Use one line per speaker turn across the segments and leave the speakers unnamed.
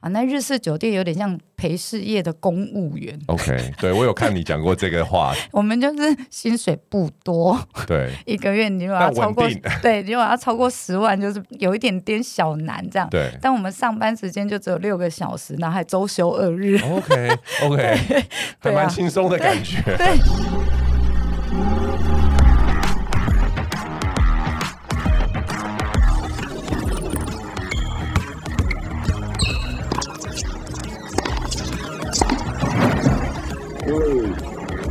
啊，那日式酒店有点像陪侍业的公务员，
OK，对我有看你讲过这个话，
我们就是薪水不多，
对
一个月你如果要
但
超
稳
过
定，
对，如果要超过十万，就是有一点点小难这样。
对。
但我们上班时间就只有六个小时，然后还周休二日。
OK OK，还
对啊
蛮轻松的感觉。
对，
three,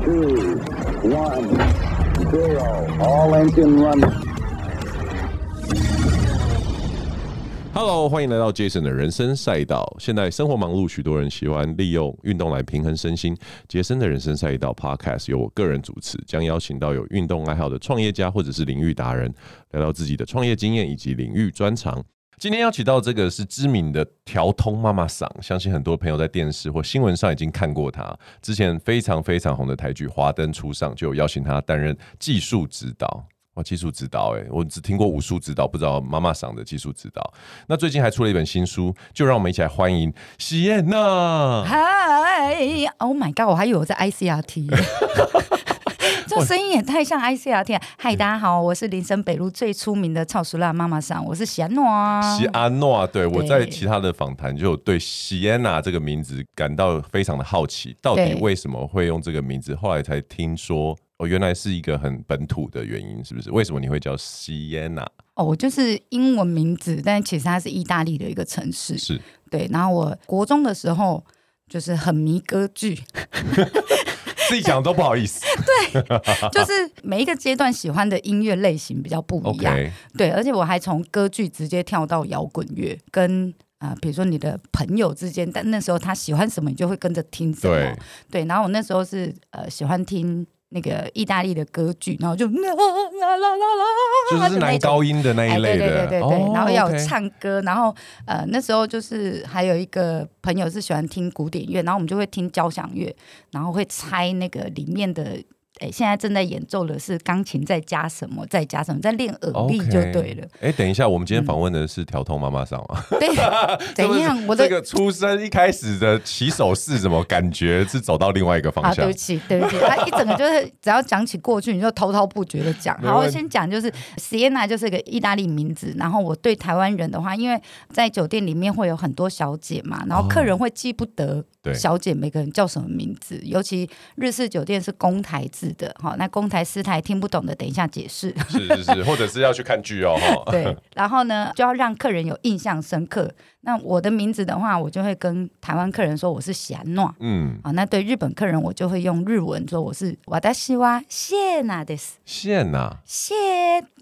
two, one, zero. All engine running.
Hello，欢迎来到 Jason 的人生赛道。现在生活忙碌，许多人喜欢利用运动来平衡身心。杰森的人生赛道 Podcast 由我个人主持，将邀请到有运动爱好的创业家或者是领域达人，聊聊自己的创业经验以及领域专长。今天邀请到这个是知名的调通妈妈桑，相信很多朋友在电视或新闻上已经看过她。之前非常非常红的台剧《华灯初上》就有邀请她担任技术指导。哇，技术指导哎、我只听过武术指导，不知道妈妈桑的技术指导。那最近还出了一本新书，就让我们一起来欢迎喜宴娜。
嗨，Oh my god！我还以为我在 ICRT 耶。 这声音也太像 ICRT 了。嗨，啊大家好，我是林森北路最出名的超熟辣妈妈桑，我是喜安诺啊。
西安诺，对我
对
在其他的访谈就有对西安娜这个名字感到非常的好奇，到底
对
为什么会用这个名字？后来才听说，哦，原来是一个很本土的原因，是不是？为什么你会叫西安啊娜？
哦，我就是英文名字，但其实它是意大利的一个城市。
是
对，然后我国中的时候就是很迷歌剧，
自己讲都不好意思。
就是每一个阶段喜欢的音乐类型比较不一样。
OK，
对，而且我还从歌剧直接跳到摇滚乐，跟啊、呃比如说你的朋友之间，但那时候他喜欢什么，你就会跟着听什么。
对，
对然后我那时候是呃喜欢听那个意大利的歌剧，然后就啦啦啦啦啦，
就是男高音的那一
哎，
类
对对
的
对，对对，
哦
然后要有
OK
唱歌，然后呃那时候就是还有一个朋友是喜欢听古典乐，然后我们就会听交响乐，然后会猜那个里面的。哎，现在正在演奏的是钢琴，在加什么，在加什么，在练耳力
OK
就对了。。
哎、等一下，我们今天访问的是调通妈妈桑啊。
对， 怎样？我
这
的
个出生一开始的起手式，怎么感觉是走到另外一个方
啊，对
向
不？起，对不起，他一整个就是只要讲起过去，你就滔滔不绝的讲。
没
好，我
问
先讲就是 Sienna 就是个意大利名字，然后我对台湾人的话，因为在酒店里面会有很多小姐嘛，然后客人会记不得
对
小姐每个人叫什么名字，尤其日式酒店是公台制的，好，那公台私台听不懂的，等一下解释。
是是是，或者是要去看剧哦， 哈。
对，然后呢，就要让客人有印象深刻。那我的名字的话，我就会跟台湾客人说我是喜安诺，
嗯，
啊，那对日本客人，我就会用日文说我是瓦达西哇谢那的斯
线呐、
谢，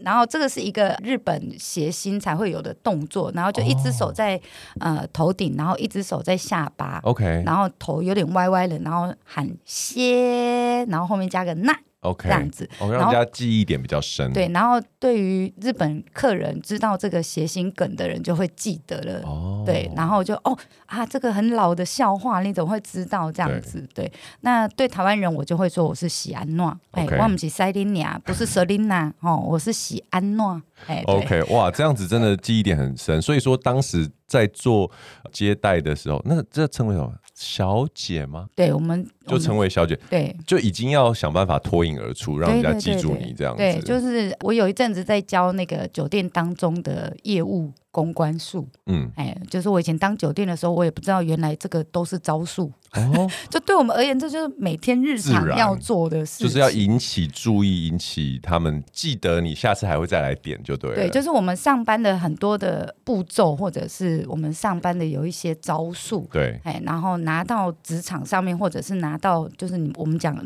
然后这个是一个日本谐星才会有的动作，然后就一只手在、呃头顶，然后一只手在下巴
o k
然后头有点歪歪的，然后喊谢，然后后面加个那
OK，
这样子。
哦，
然
让
后
人家记忆点比较深。
对，然后对于日本客人知道这个谐星梗的人就会记得了。
哦，
对，然后就哦啊，这个很老的笑话，你怎么会知道这样子？对，那对台湾人我就会说我是喜安诺，哎
OK
我不是塞琳娜，不是舍琳娜，哦，我是喜安诺，哎，对
OK，哇，这样子真的记忆点很深。所以说，当时在做接待的时候，那这称为什么小姐吗？
对，我们
就
我
成
们
为小姐，
对。
就已经要想办法脱颖而出，让人
对
家
对
记
对
住
对
你这样子。
对，就是我有一阵子在教那个酒店当中的业务公关术，
嗯，
哎，就是我以前当酒店的时候，我也不知道原来这个都是招数，
哦，
就对我们而言，这就是每天日
自
常
然
要做的事情，
就是要引起注意，引起他们记得你，下次还会再来点就对了。
对，就是我们上班的很多的步骤，或者是我们上班的有一些招数，
对
哎，然后拿到职场上面，或者是拿到就是你我们讲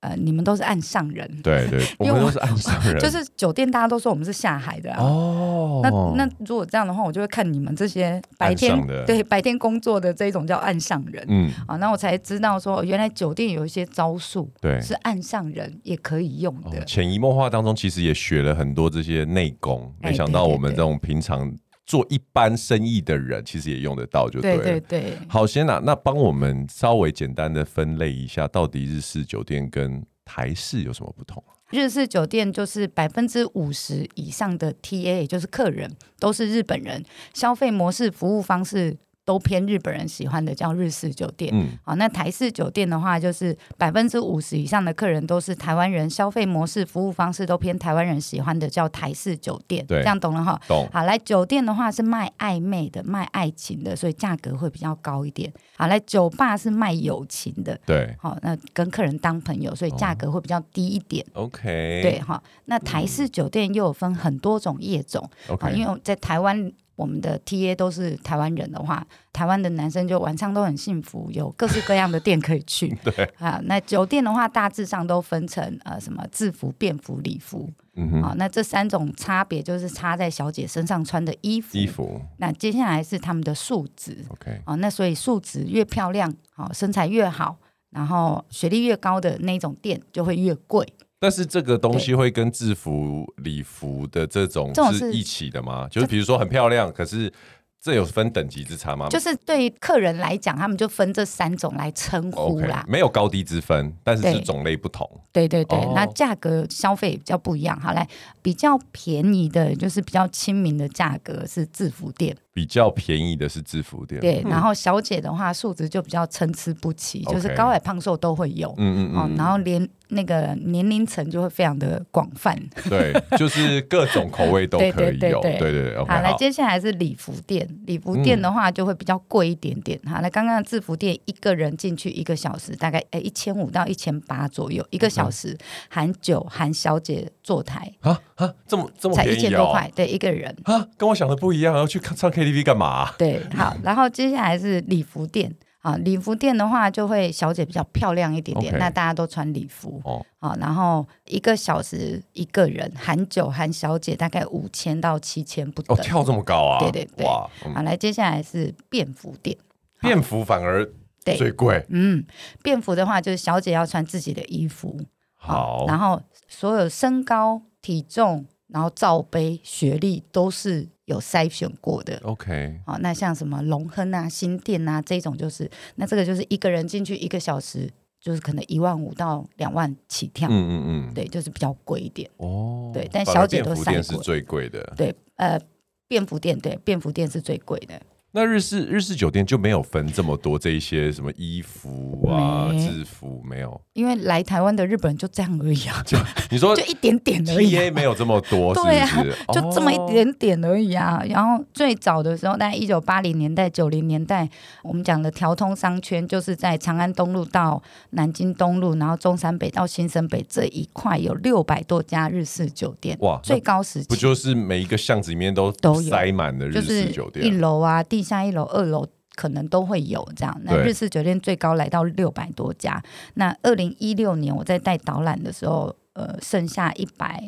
呃，你们都是岸上人，
对对，我
因为
们
我
都是岸上 人，
就是酒店大家都说我们是下海的、啊。
哦，
那那如果这样的话，我就会看你们这些白
岸
天
上的
对白天工作的这一种叫岸上人、
嗯，
啊，那我才知道说哦原来酒店有一些招数
对，
是岸上人也可以用
哦
的。
潜移默化当中，其实也学了很多这些内功。
哎
没想到
对对
我们这种平常做一般生意的人，其实也用得到，就
对
对了。
对对，
好，先啊，那帮我们稍微简单的分类一下，到底日式酒店跟台式有什么不同？
日式酒店就是百分之五十以上的 TA，也就是客人都是日本人，消费模式、服务方式都偏日本人喜欢的，叫日式酒店。
嗯，
好，那台式酒店的话，就是百分之五十以上的客人都是台湾人，消费模式、服务方式都偏台湾人喜欢的，叫台式酒店。
对
这样懂了哈。
懂。
好，来酒店的话是卖暧昧的、卖爱情的，所以价格会比较高一点。好，来酒吧是卖友情的，
对
好，那跟客人当朋友，所以价格会比较低一点。
，OK，
对哈，那台式酒店又有分很多种业种，啊，
，OK，
因为在台湾。我们的 T A 都是台湾人的话，台湾的男生就晚上都很幸福，有各式各样的店可以去。
对
啊，那酒店的话，大致上都分成呃什么制服、便服、礼服。
嗯哼，
啊，那这三种差别就是差在小姐身上穿的衣服。
衣服
那接下来是他们的素质。
，OK，
哦，那所以素质越漂亮，哦，身材越好，然后学历越高的那种店就会越贵。
但是这个东西会跟制服、礼服的这种
这种
是
是
一起的吗？就是比如说很漂亮，可是这有分等级之差吗？
就是对于客人来讲，他们就分这三种来称呼
OK，
啦。
没有高低之分，但是是
对
种类不同。
对对对，
哦
那价格消费比较不一样。好，来比较便宜的，就是比较亲民的价格是制服店，
比较便宜的是制服店，
对。然后小姐的话，素质就比较参差不齐，就是
OK
高矮胖瘦都会有。
嗯嗯
哦，然后连那个年龄层就会非常的广泛。
嗯， 对，就是各种口味都
对
可
对
以
对
有，对
对
对对，OK，
好，来
好，
接下来是礼服店，礼服店的话就会比较贵一点点。好，那刚刚的制服店一个人进去一个小时，大概诶一千五到一千八左右，
嗯
一个小时含酒含小姐坐台，
啊啊，这么这么
才
便
一千
宜
多
哦，
块，对一个 人。
啊，跟我想的不一样，要去看唱 KTV 干嘛？
对，好，然后接下来是礼服店。啊，礼服店的话就会小姐比较漂亮一点点
OK
那大家都穿礼服
哦，
啊，然后一个小时一个人含酒含小姐大概五千到七千不
哦，
等。
跳这么高啊，
对对对
哇，嗯
好，来接下来是便服店，
便服反而
对，
最贵，
嗯，便服的话就是小姐要穿自己的衣服，啊
好，
然后所有身高、体重，然后罩杯、学历都是有筛选过
哦
的。
OK，
好，那像什么龙亨啊、新店啊这种，就是那这个就是一个人进去一个小时，就是可能一万五到两万起跳，
嗯嗯嗯，
对，就是比较贵一点。
哦，
对但
反而
小姐
便
都
服
晒
店是
过
最贵的。
对，呃，便服店对，便服店是最贵的。
那日式日式酒店就没有分这么多这一些什么衣服啊、
没
制服没有。
因为来台湾的日本人就这样而已啊，就
你说
一点点而已、啊。
TA 没有这么 多，是不
对啊
哦是？
就这么一
哦
点点而已啊。然后最早的时候，在一九八零年代、九零年代，我们讲的调通商圈，就是在长安东路到南京东路，然后中山北到新生北这一块，有六百多家日式酒店，
哇那
最高时
不
期
就是每一个巷子里面都
都有
塞满了日
就是
式酒
一
店？
楼啊、地下一楼、二楼。可能都会有这样，那
对
日式酒店最高来到六百多家。那二零一六年我在带导览的时候，呃，剩下一百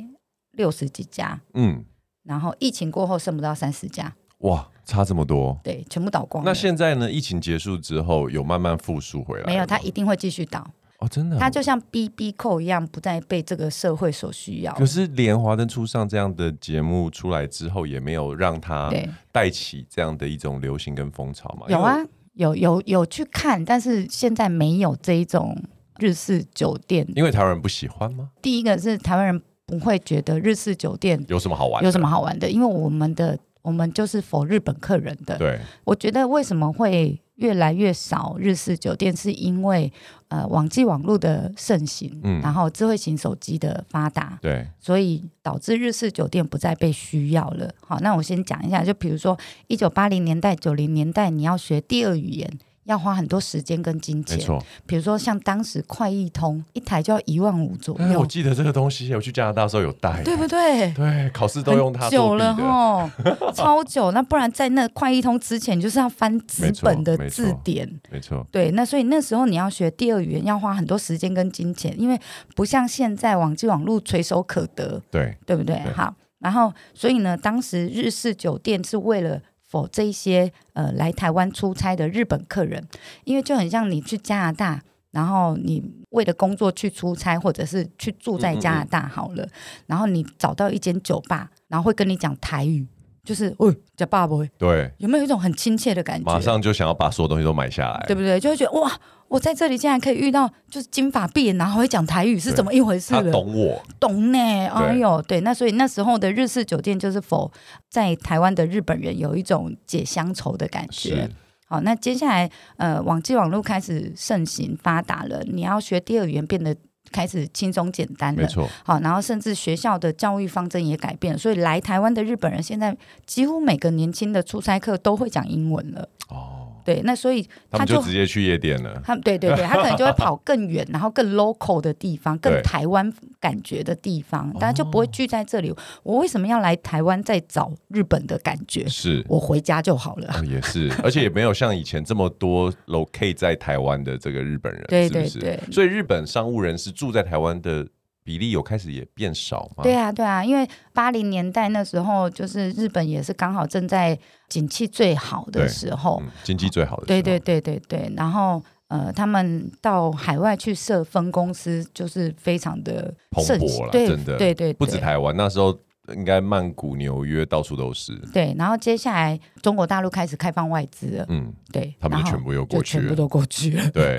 六十几家，
嗯，
然后疫情过后剩不到三十家，
哇，差这么多。
对，全部倒光了。
那现在呢？疫情结束之后，有慢慢复苏回来了吗？
没有，它一定会继续倒。
哦，真的哦，
它就像 B B 扣一样，不再被这个社会所需要
可。是连华灯初上这样的节目出来之后，也没有让它
对，
带起这样的一种流行跟风潮嘛？
有
因为
啊，有有有去看，但是现在没有这一种日式酒店
我，。因为台湾人不喜欢吗？
第一个是台湾人不会觉得日式酒店
有什么好玩？
有什？么好玩的，因为我们的我们就是否日本客人的。
对，
我觉得为什么会越来越少日式酒店，是因为呃网际网络的盛行，
嗯
然后智慧型手机的发达，
对，
所以导致日式酒店不再被需要了。好，那我先讲一下，就比如说一九八零年代、九零年代，你要学第二语言。要花很多时间跟金
没
钱，
错。
比如说像当时快易通一台就要一万五左
哎，我
右，
记得这个东西，我去加拿大的时候有带，
对不对？
对，考试都用它
很久
作弊
了
的。
吼， 超久。那不然在那快易通之前，你就是要翻纸本的
没错没
字
错
典，
没错，
对，那所以那时候你要学第二语言，要花很多时间跟金钱，因为不像现在网际网络垂手可得，
对，
对不对？
对
好，然后所以呢，当时日式酒店是为了。否这一些呃来台湾出差的日本客人，因为就很像你去加拿大，然后你为了工作去出差，或者是去住
嗯
在加拿大好了，然后你找到一间酒吧，然后会跟你讲台语，就是喂，叫爸爸，
对，
有没有一种很亲切的感觉？
马上就想要把所有东西都买下来。
对不对？就会觉得哇，我在这里竟然可以遇到就是金发碧眼，然后会讲台语，是
对
怎么一回事
他
了？
懂我，
懂呢，哎呦，对，那所以那时候的日式酒店就是否在台湾的日本人有一种解乡愁的感觉
是。
好，那接下来呃，网际网络开始盛行发达了，你要学第二语言变得开始轻松简单
没
了。
错，
好，然后甚至学校的教育方针也改变了，所以来台湾的日本人现在几乎每个年轻的出差客都会讲英文了。
哦，
对，那所以他
他们就
就
直接去夜店了。
他对对对，他可能就会 跑更远，然后更 local 的地方，
对哦
更台湾感觉的地方，大家就不会聚在这里。我为什么要来台湾再找日本的感觉？
是，
我回家就好了。
哦也是，而且也没有像以前这么多 locate 在台湾的这个日本人，
对
是不
对
是
对
所以日本商务人士住在台湾的比例有开始也变少吗？
对啊，对啊，因为八零年代那时候，就是日本也是刚好正在景气最好
对
的时候，
嗯，经济最好的时候，
对对对对对，然后呃，他们到海外去设分公司，就是非常的
蓬
盛
勃
行
啦
对
真的
对对，
不止
对
台湾，那时候应该曼谷、纽约到处都是，
对，然后接下来中国大陆开始开放外资了，
嗯，
对，
他们
然
就
后
全部又过
就
去
全部
了。
都过去了。
对，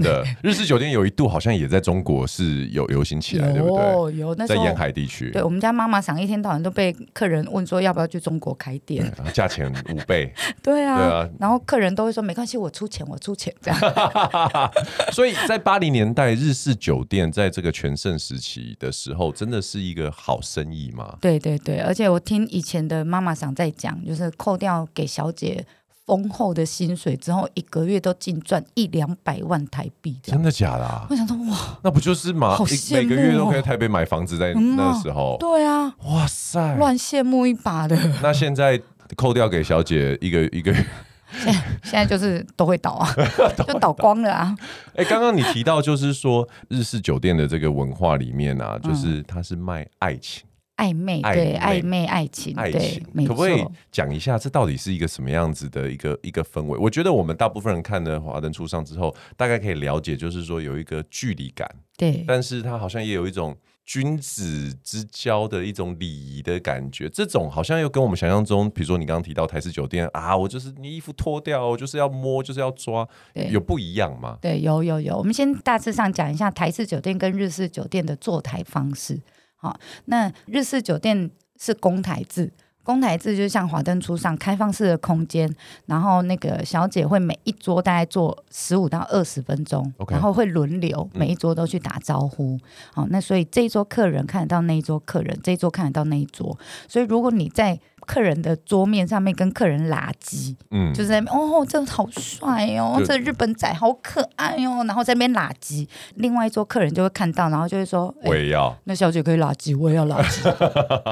的，日式酒店有一度好像也在中国是有流行起来，对不对？
有有那
在
时候
沿，海地区，
对我们家妈妈想一天到晚都被客人问说要不要去中国开店，
然后价钱五倍，
对啊，
嗯对啊
然后客人都会说没关系，我出钱，我出钱这样。
所以在八零年代，日式酒店在这个全盛时期的时候，真的是一个好生意吗？
对对对，而且我听以前的妈妈桑在讲，就是扣掉给小姐丰厚的薪水之后，一个月都净赚一两百万台币这
真
样。
的假的、啊？
我想说，哇，
那不就是马、
好
一
羡慕
每个月都
哦
可以在台北买房子在
嗯
那
哦
时候？
对啊，
哇塞！
乱羡慕一把的。
那现在扣掉给小姐一个一个月，
现在就是都会倒啊，就倒光了啊。
哎、刚刚你提到就是说日式酒店的这个文化里面
嗯
啊，就是它是卖爱情，
暧昧，
暧
对，
昧
暧昧，爱情，
爱
对
情，
没
可
错
不。可以讲一下这到底是一个什么样子的一个一个氛围？我觉得我们大部分人看了《华灯初上》之后，大概可以了解，就是说有一个距离感，
对，
但是它好像也有一种君子之交的一种礼仪的感觉。这种好像又跟我们想象中，比如说你刚刚提到台式酒店啊，我就是你衣服脱掉，我就是要摸，就是要抓，
嗯对
有不一样吗？
对，有有有，我们先大致上讲一下台式酒店跟日式酒店的坐台方式。好、那日式酒店是公台制，公台制就像华灯初上，开放式的空间，然后那个小姐会每一桌大概坐十五到二十分钟
OK 嗯
然后会轮流，每一桌都去打招呼。好、那所以这一桌客人看得到那一桌客人，这一桌看得到那一桌，所以如果你在客人的桌面上面跟客人拉鸡，
嗯，
就是在那边哦，这个好帅哦
就，
这日本仔好可爱哦，然后在那边拉鸡，另外一桌客人就会看到，然后就会说，哎、
我也要。
那小姐可以拉鸡，我也要拉鸡，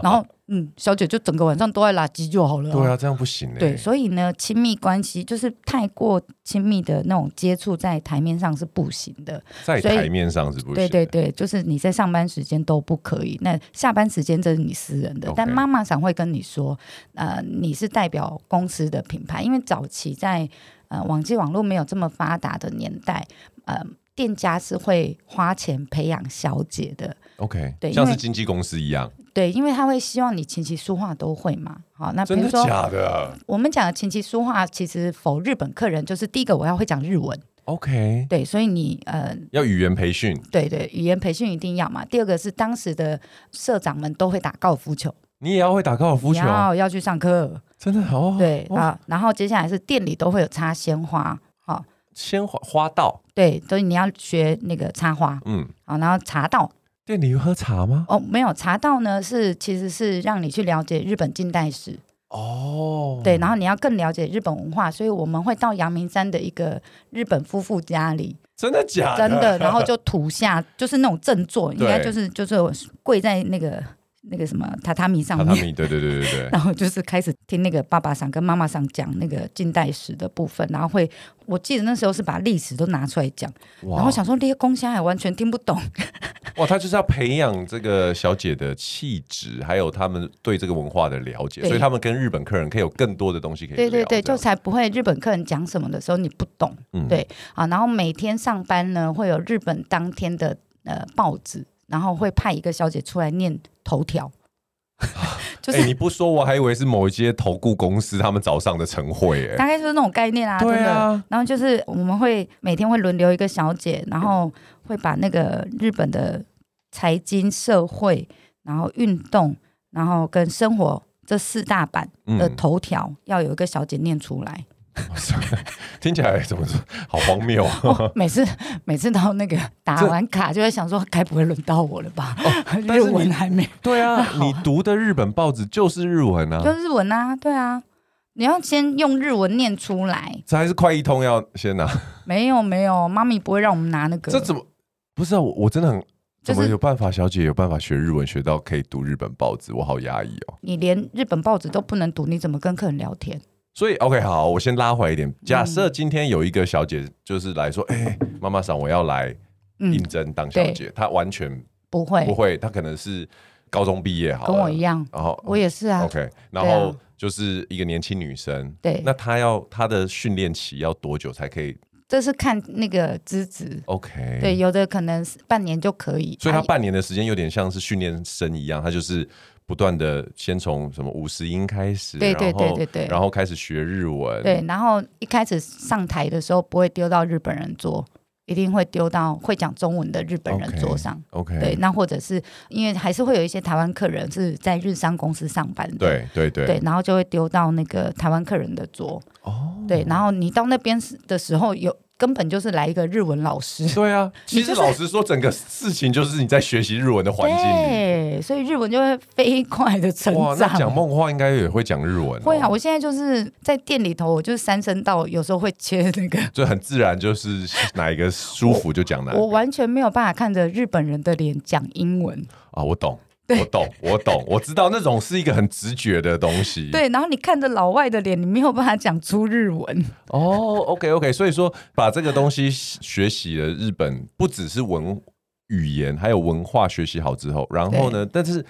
然后嗯，小姐就整个晚上都在拉鸡就好了、
对啊，这样不行哎、
对，所以呢，亲密关系就是太过亲密的那种接触，在台面上是不行的。
在
所以
台面上是不行的。
对对对，就是你在上班时间都不可以，那下班时间这是你私人的
OK。
但妈妈想会跟你说，呃，你是代表公司的品牌，因为早期在呃网际网络没有这么发达的年代，呃，店家是会花钱培养小姐的，
OK，
对因为
像是经纪公司一样，
对，因为他会希望你琴棋书画都会嘛。好，那比
真
如
的
说
假的啊
我们讲的琴棋书画，其实否日本客人就是第一个我要会讲日文，
？OK，
对，所以你呃
要语言培训，
对对，语言培训一定要嘛。第二个是当时的社长们都会打高尔夫球，
你也要会打高尔夫球啊
你，要要去上课，
真的好好。
对
哦
啊。然后接下来是店里都会有插鲜花，好、
鲜花花道，
对，所以你要学那个插花，
嗯，
好、然后茶道
店里有喝茶吗？
哦，没有茶道呢是其实是让你去了解日本近代史，
哦，
对，然后你要更了解日本文化，所以我们会到阳明山的一个日本夫妇家里，
真的假
真的，然后就土下，就是那种正坐，应该
对
就是就是跪在那个那个什么榻榻米上
榻
面
榻，米，对对对对 对。
然后就是开始听那个爸爸上跟妈妈上讲那个近代史的部分，然后会，我记得那时候是把历史都拿出来讲，然后
哇哦
想说这些公虾还完全听不懂，
哇，他就是要培养这个小姐的气质，还有他们对这个文化的了解，
对
所以他们跟日本客人可以有更多的东西可以
对对
聊
对，
这
就
样
才不会日本客人讲什么的时候你不懂
嗯
对啊。然后每天上班呢会有日本当天的呃报纸，然后会派一个小姐出来念头 条，就是、
哎，你不说我还以为是某一些投顾公司他们早上的晨会哎，
大概就是那种概念啊，
对
真
啊
的。然后就是我们会每天会轮流一个小姐，然后会把那个日本的财经、社会，然后运动，然后跟生活这四大版的
嗯，
呃 头条，要有一个小姐念出来。
听起来怎么说好荒谬啊！
哦每次 每次到那个打
这
完卡，就会想说，该不会轮到我了吧？
哦 但
日
是你
文还没，
对啊，你读的日本报纸就是日文
就
啊，
日文啊，对啊，你要先用日文念出来。
这还是快一通要先拿，
没有没有，妈咪不会让我们拿那个。
这怎么不是啊？我我真的很
就
怎
是
么有办法？小姐有办法学日文学到可以读日本报纸，我好压抑哦。
你连日本报纸都不能读，你怎么跟客人聊天？
所以 OK 好，我先拉回来一点。
嗯
假设今天有一个小姐就是来说，哎，妈妈桑，我要来
嗯
应，征当小姐，她完全
不会，
不会，她可能是高中毕业好，
跟我一
样，
样，
然后
我也是啊。
OK，然后就是一个年轻女生，
对
那她要她的训练期要多久才可以
这是看那个资质，
OK？
对，，有的可能是半年就可以。
嗯所以她
啊
半年的时间有点像是训练生一样，她就是不断的先从什么五十音开始，
对对
然后
对对对
然后开始学日文，
对，然后一开始上台的时候不会丢到日本人桌，一定会丢到会讲中文的日本人桌上。
，OK，嗯
对，那或者是因为还是会有一些台湾客人是在日商公司上班的，
对对对
对，然后就会丢到那个台湾客人的桌。
哦，
对，然后你到那边是的时候，有根本就是来一个日文老师。
对啊，
你
其实
就是
老实说，整个事情就是你在学习日文的环境里。
对，所以日文就会飞快的成
哇，那讲
长。
梦话应该也会讲日文、哦，
会啊，我现在就是在店里头，我就是三声道，有时候会切那 个，
就很自然，就是哪一个舒服就讲哪一个。
我完全没有办法看着日本人的脸讲英文。
啊，我懂，我懂，我懂，我知道那种是一个很直觉的东西。，
对，然后你看着老外的脸，你没有办法讲出日文。
哦，OK，OK，所以 说把这个东西学习了，日本不只是文语言，还有文化学习好之后，然后呢，但是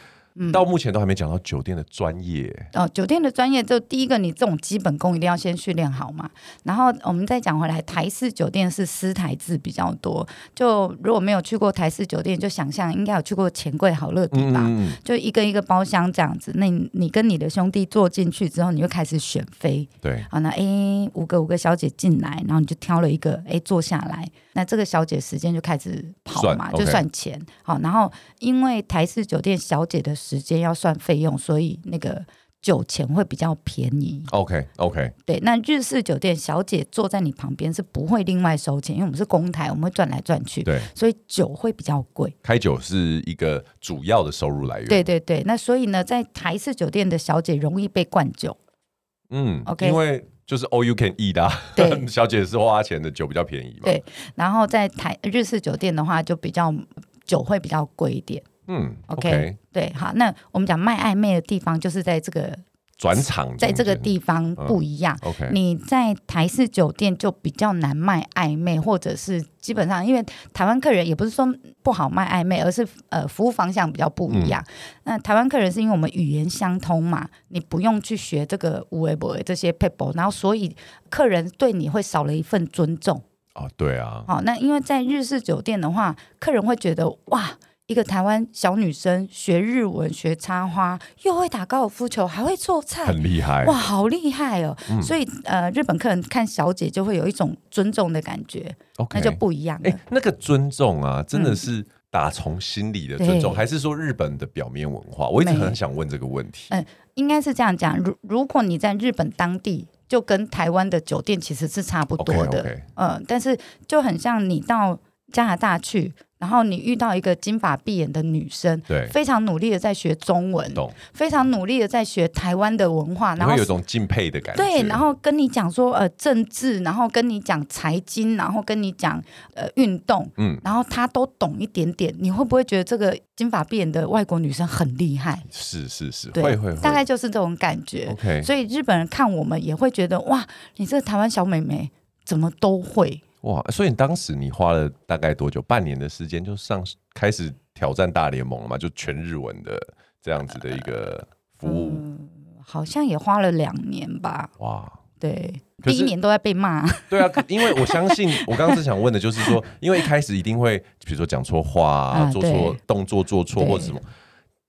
到目前都还没讲到酒店的专业。
哦，酒店的专业就第一个，你这种基本功一定要先训练好嘛。然后我们再讲回来，台式酒店是私台制比较多。就如果没有去过台式酒店，就想象应该有去过钱柜好乐迪吧。
嗯，
就一个一个包厢这样子，那你你跟你的兄弟坐进去之后，你就开始选妃。哦
对，
好，那诶五个五个小姐进来，然后你就挑了一个，诶坐下来。那这个小姐时间就开始跑
算
嘛，
OK
就算钱。好，然后因为台式酒店小姐的时间要算费用，所以那个酒钱会比较便宜。
，OK，OK，
对，那日式酒店小姐坐在你旁边是不会另外收钱，因为我们是公台，我们会转来转去，
对，
所以酒会比较贵。
开酒是一个主要的收入来源。
对，对对，那所以呢，在台式酒店的小姐容易被灌酒，
嗯
OK
因为就是 all you can eat 啊，
对
小姐是花钱的，酒比较便宜嘛。
对然后在台日式酒店的话，就比较酒会比较贵一点。
嗯
OK
，OK，
对，好，那我们讲卖暧昧的地方，就是在这个
转场
在这个
中间
地方不一样。
OK，
你在台式酒店就比较难卖暧昧，或者是基本上，因为台湾客人也不是说不好卖暧昧，而是呃服务方向比较不一样。那台湾客人是因为我们语言相通嘛，你不用去学这个无为不这些 people，然后所以客人对你会少了一份尊重。
哦，对啊，
好、那因为在日式酒店的话，客人会觉得哇，一个台湾小女生学日文、学插花，又会打高尔夫球，还会做菜，
很厉害。
哇，好厉害哦！
嗯
所以呃，日本客人看小姐就会有一种尊重的感觉，那
OK，
就不一样了。
哎、那个尊重啊，真的是打从心里的尊
嗯
重，
对
还是说日本的表面文化？我一直
没哎
很想问这个问题。
应该是这样讲，如如果你在日本当地。就跟台湾的酒店其实是差不多的
OK，OK
呃，但是就很像你到加拿大去，然后你遇到一个金发碧眼的女生，
对，
非常努力的在学中文，
懂，
非常努力的在学台湾的文化，
你
然后
会有一种敬佩的感觉。
对，然后跟你讲说呃政治，然后跟你讲财经，然后跟你讲呃运动，
嗯，
然后他都懂一点点，你会不会觉得这个金发碧眼的外国女生很厉害？
是是是，
对，
会会会，
大概就是这种感觉。
OK。
所以日本人看我们也会觉得哇，你这个台湾小美眉怎么都会？
哇，所以你当时你花了大概多久？半年的时间就上开始挑战大联盟了嘛？就全日文的这样子的一个
呃
服务，
嗯好像也花了两年吧，
哇。
对，
可
第
是
一年都在被骂，
对啊，可因为我相信，我刚刚是想问的就是说，因为一开始一定会，比如说讲错话啊，
啊
做错
对
动作做错
对
或者什么，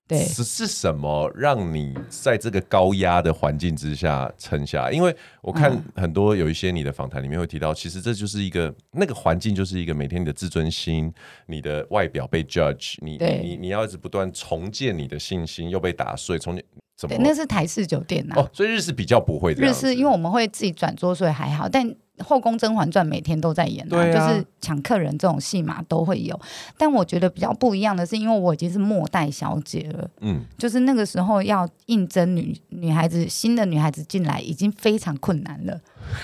对。
是是什么让你在这个高压的环境之下撑下来？因为我看
嗯
很多有一些你的访谈里面会提到，其实这就是一个那个环境，就是一个每天你的自尊心、你的外表被 judge，你
对
你你要一直不断重建你的信心，又被打碎，重建什么
对，那是台式酒店啊呐、
哦，所以日式比较不会这
日
样子。
式因为我们会自己转桌，所以还好。但后宫《甄嬛传》每天都在演、
对啊
就是抢客人这种戏码都会有。但我觉得比较不一样的是，因为我已经是末代小姐了，
嗯，
就是那个时候要应征女女孩子，新的女孩子进来已经非常困难 了，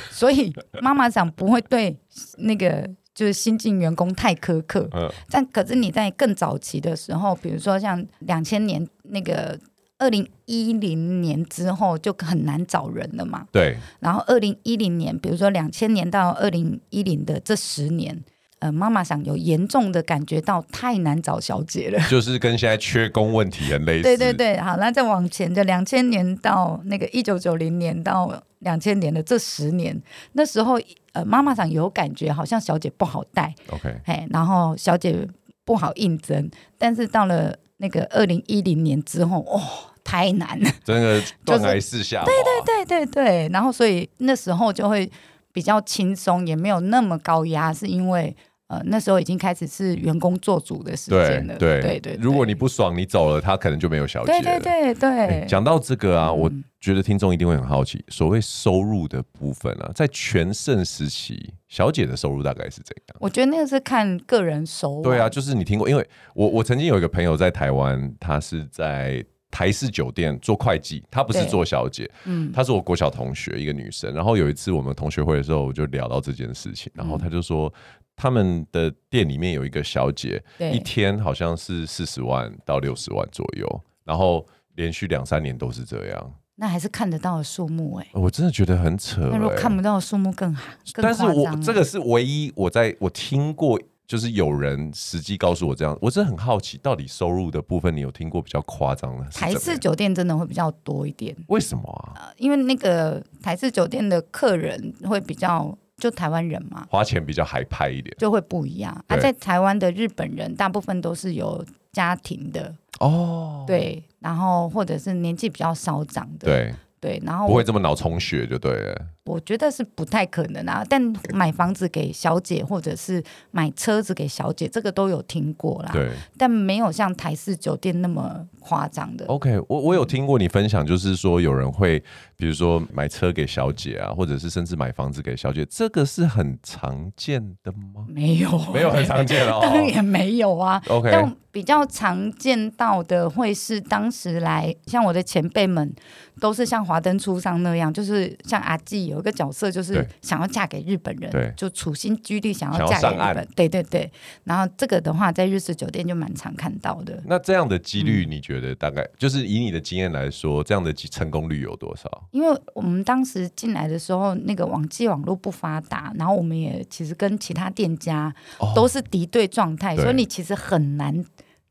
所以妈妈长不会对那个就是新进员工太苛刻。
呃，
但可是你在更早期的时候，比如说像两千年那个。二零一零年之后就很难找人了嘛，
对，
然后二零一零年，比如说两千年到二零一零的这十年，呃，妈妈想有严重的感觉到太难找小姐了。
就是跟现在缺工问题很类似。
对对，对，好，那再往前的两千年到那个一九九零年到两千年的这十年，那时候呃，妈妈上有感觉好像小姐不好带，
OK，
哎，然后小姐不好应征，但是到了那个二零一零年之后，哦，太难了。
真的断崖式下滑。对
对对对，然后所以那时候就会比较轻松，也没有那么高压，是因为呃那时候已经开始是员工做主的时间了。
对
对对，
如果你不爽，你走了，他可能就没有小姐
对对
了。
对对
哎，讲到这个啊，
嗯
我觉得听众一定会很好奇，所谓收入的部分啊，在全盛时期，小姐的收入大概是怎样？
我觉得那个是看个人手腕。
对啊，就是你听过，因为我我曾经有一个朋友在台湾，他是在台式酒店做会计，他不是
对
做小姐，
嗯，
她是我国小同学，一个女生。然后有一次我们同学会的时候，我就聊到这件事
嗯
情，然后她就说。他们的店里面有一个小姐，
对
一天好像是四十万到六十万左右，然后连续两三年都是这样。
那还是看得到的数目哎、
我真的觉得很扯、
那如果
欸
看不到的数目更好，更
但是
夸
我
张
这
欸
个是唯一我在我听过，就是有人实际告诉我这样，我真的很好奇，到底收入的部分你有听过比较夸张的？
台式
酒
酒店真的会比较多一点，
为什么啊？
呃因为那个台式酒店的客人会比较就台湾人嘛，
花钱比较海派一点
就会不一样。啊，
对
在台湾的日本人大部分都是有家庭的，
哦，
对，然后或者是年纪比较稍长的，
对，
对然后
不会
我
这么脑充血就对了。
我觉得是不太可能啊。但买房子给小姐，或者是买车子给小姐，这个都有听过啦，
对
但没有像台式酒店那么夸张的。
，OK，我我有听过你分享，就是说有人会，比如说买车给小姐啊，或者是甚至买房子给小姐，这个是很常见的吗？
没有，。
没有很常见哦
当然也没有啊。
OK，
但比较常见到的会是当时来，像我的前辈们都是像华灯初上那样，就是像阿纪有一个角色，就是
对
想要嫁给日本
对
人，就处心积虑想
想
要
要
嫁给
上岸
日本。对对对，然后这个的话，在日式酒店就蛮常看到的。
那这样的几率，你觉得大概、就是以你的经验来说，这样的几成功率有多少？
因为我们当时进来的时候，那个网际网络不发达，然后我们也其实跟其他店家
哦
都是敌对状态，
对
所以你其实很难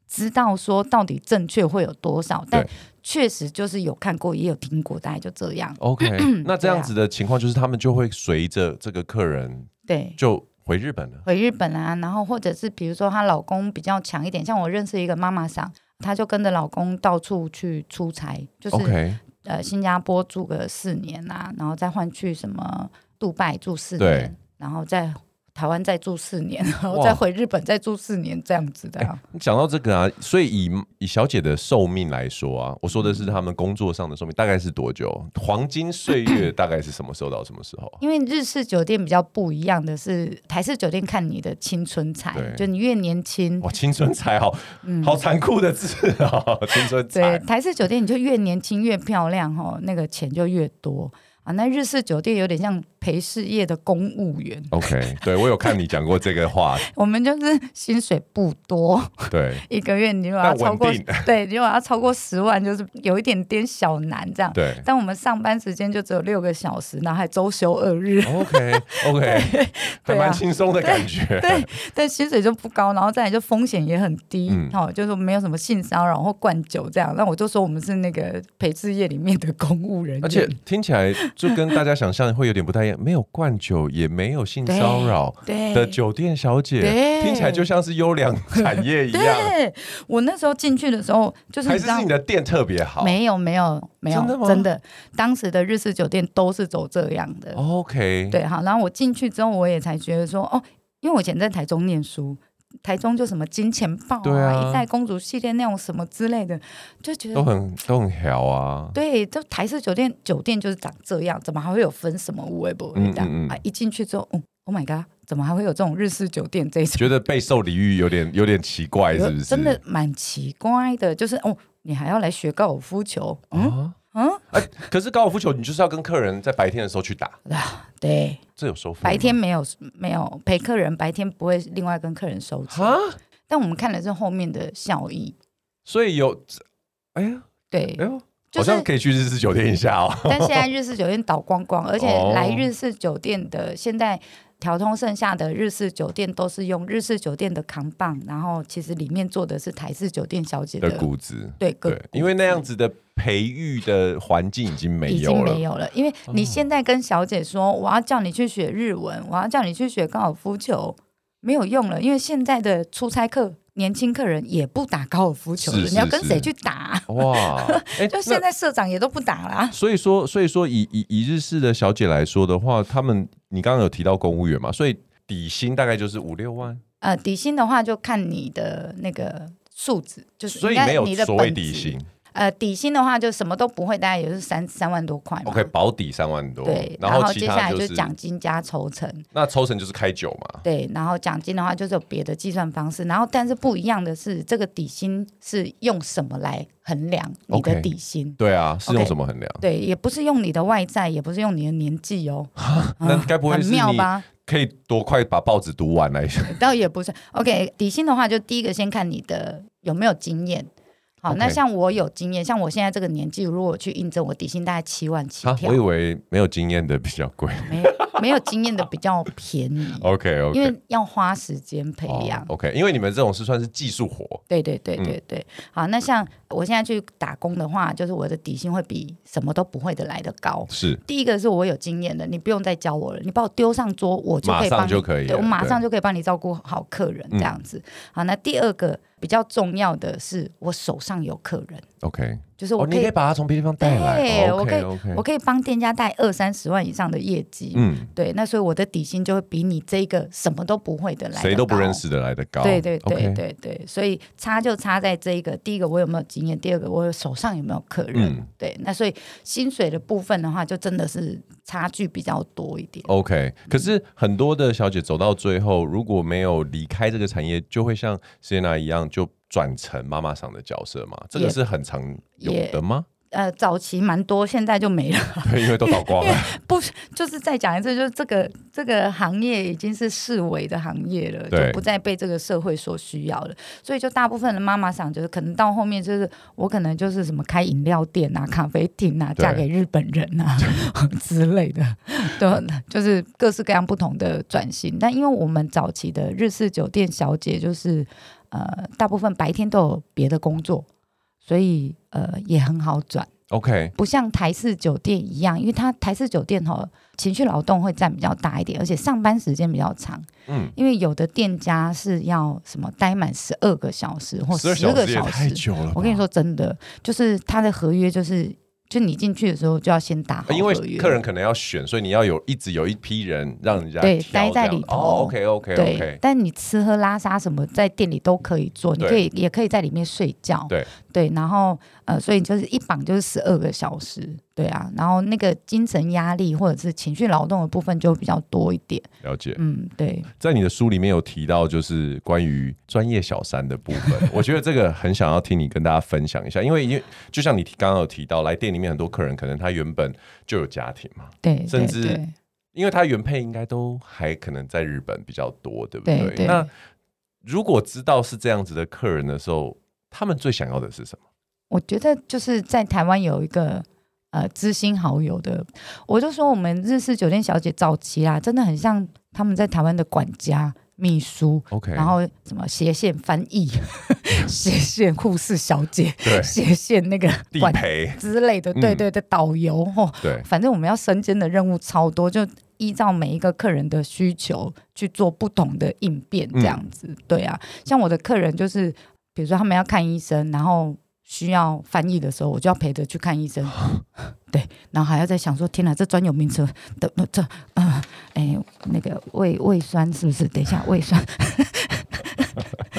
知道说到底正确会有多少，但
对
确实就是有看过，也有听过，大概就这样。
OK，那这样子的情况就是他们就会随着这个客人
对，
就回日本了。
回日本啊，然后或者是比如说她老公比较强一点，像我认识一个妈妈桑，她就跟着老公到处去出差，就是
OK，
呃新加坡住个四年啊，然后再换去什么杜拜住四
对
年，然后再台湾再住四年， 然后
哇哎
再回日本再住四年这样子的啊、
你讲到这个啊，所以以以小姐的寿命来说啊，我说的是他们工作上的寿命大概是多久？黄金岁月大概是什么时候到什么时候？
因为日式酒店比较不一样的是，台式酒店看你的青春才
对，
就你越年轻，
哇，青春才好，好残酷的字啊！青春
对
才，
台式酒店你就越年轻越漂亮哦，那个钱就越多啊。那日式酒店有点像陪事业的公务员，
OK，对我有看你讲过这个话，
我们就是薪水不多，
对，
一个月你如果要超过
但稳定，
对，如果要超过十万，就是有一点点小难这样。
对
但我们上班时间就只有六个小时，然后还周休二日，
OK OK，还
对
蛮
啊
轻松的感觉。
对，但薪水就不高，然后再来就风险也很低，
嗯
哦，就是没有什么性骚扰或灌酒这样。那我就说我们是那个陪置业里面的公务人员，
而且听起来就跟大家想象会有点不太一样，没有灌酒，也没有性骚扰
对
的酒店小姐，
对
听起来就像是优良产业一样。
对我那时候进去的时候，就是
还
你
是
知
是
道
你的店特别好
没有没有没有
真的吗
当时的日式酒店都是走这样的。
？OK，
哦对，好，然后我进去之后，我也才觉得说，哦，因为我以前在台中念书，台中就什么金钱豹
对啊
一代公主系列那种什么之类的，就觉
都
得
很都很屌啊，
对，就台式酒店酒店就是长这样，怎么还会有分什么无微博
嗯
这样
嗯嗯
啊？一进去之后，嗯，Oh my god，怎么还会有这种日式酒店这一种？
觉得备受礼遇有点有点奇怪，是不是？
真的蛮奇怪的，就是哦，你还要来学高尔夫球？嗯，
啊。哎、可是高尔夫球你就是要跟客人在白天的时候去打，
啊对，
这有收费吗？
白天没有没有陪客人，白天不会另外跟客人收钱，
啊，
但我们看的是后面的效益。
所以有，哎呀，
对
哎，呦，
就
好
是
像可以去日式酒店一下哦。
但现 在日式酒店倒光光，而且
哦
来日式酒店的现在调通剩下的日式酒店都是用日式酒店的扛棒，然后其实里面做的是台式酒店小姐
的
的
骨子，
对个
对，因为那样子的培育的环境已经没
已
有
经
了，哦
没有了，因为你现在跟小姐说我要叫你去学日文，我要叫你去学高尔夫球，没有用了，因为现在的出差客、年轻客人也不打高尔夫球了，
是是
你要跟谁
是
去打 啊？
哇，哎、
就
那
现在社长也都不打啊啦。
所以说，所以说以以以日式的小姐来说的话，他们你刚刚有提到公务员嘛，所以底薪大概就是五六万，
呃，底薪的话就看你的那个素质，就是
所以
应该
没有
你的
所谓
本
底
质。
薪
呃，底薪的话就什么都不会，大概也是三三万多块嘛。
，OK，保底三万多，
嗯对，
然
后
其
接下来
他
就是是奖金加抽成，
那抽成就是开酒嘛，
对，然后奖金的话就是有别的计算方式，然后但是不一样的是，这个底薪是用什么来衡量你
OK
的底薪
对啊，是用
OK
什么衡量？
对，也不是用你的外在，也不是用你的年纪哦，
那该不会
很
是
妙
你
吧？
可以多快把报纸读完来？
倒也不是。OK，底薪的话，就第一个先看你的有没有经验。好
OK
那像我有经验，像我现在这个年纪，如果去应征，我底薪大概七万起
啊，
跳
我以，为没有经验的比较贵。
没有没有经验的比较便宜
OK
因
哦 OK，
为要花时间培养。
哦 OK，因为你们这种是算是技术活，
对对对
嗯
对对，好，那像我现在去打工的话，就是我的底薪会比什么都不会的来的高。
是
第一个是我有经验的，你不用再教我了，你把我丢上桌，我就可
马
以
上
帮你，
就可以了
对我马
对
上就可以帮你照顾好客人
嗯
这样子。好，那第二个比较重要的是，我手上有客人，
OK。
就是
哦，
我
你
可
可
以，
以把它从别的地方带来。哦
对
o
我可
k
以
OK，
我可以帮店家带二三十万以上的业绩。
嗯，
对，那所以我的底薪就会比你这个什么都不会的来得
谁都不
高
认识的来的高。
对对对
OK，
对对，所以差就差在这一个，第一个我有没有经验，第二个我有手上有没有客人，
嗯
对，那所以薪水的部分的话，就真的是差距比较多一点。
OK，可是很多的小姐走到最后，如果没有离开这个产业，就会像 Sienna 一样，就转成妈妈桑的角色嘛？这个
也
是很常有
也
的吗？
呃，早期蛮多，现在就没了。
对，因为都倒光了。
不是，就是再讲一次，就是这个这个行业已经是视为的行业了，
对
就不再被这个社会所需要了。所以就大部分的妈妈想，就是可能到后面就是我可能就是什么开饮料店啊、咖啡厅啊，
对
嫁给日本人 啊之类的，对，就是各式各样不同的转型。但因为我们早期的日式酒店小姐，就是呃，大部分白天都有别的工作，所以呃也很好转。
OK，
不像台式酒店一样，因为它台式酒店哈、情绪劳动会占比较大一点，而且上班时间比较长。
嗯，
因为有的店家是要什么待满十二个小时或
十
十
二小
个
时也
小
太
时，
久了。
我跟你，说真的，就是他的合约就是，就你进去的时候就要先打好合约，
因为客人可能要选，所以你要有一直有一批人让人家
对
挑
待在
这样
里头
哦，OK OK
对
OK，
但你吃喝拉撒什么在店里都可以做，你
对
可以也可以在里面睡觉。
对
然后呃，所以就是一绑就是十二个小时，对啊，然后那个精神压力或者是情绪劳动的部分就比较多一点。
了解。
嗯，对，
在你的书里面有提到，就是关于专业小三的部 分，我觉得这个很想要听你跟大家分享一下，因为因为就像你刚刚有提到，来店里面很多客人可能他原本就有家庭嘛，
对，
甚
对
至
对
因为他原配应该都还可能在日本比较多，对不
对对
那如果知道是这样子的客人的时候，他们最想要的是什么？
我觉得就是在台湾有一个呃知心好友的，我就说我们日式酒店小姐早期啦，真的很像他们在台湾的管家、秘书，
OK，嗯
然后什么斜线翻译、 斜线护士小姐、
对
斜线那个
地
管
陪，
之类的，
嗯
对对对，导游哦，
对
反正我们要身兼的任务超多，就依照每一个客人的需求去做不同的应变，
嗯
这样子，对啊，像我的客人就是，比如说他们要看医生，然后。需要翻译的时候，我就要陪着去看医生， 对，然后还要在想说，天哪，这专有名词的这，呃，哎，那个胃胃酸是不是？等一下，胃酸，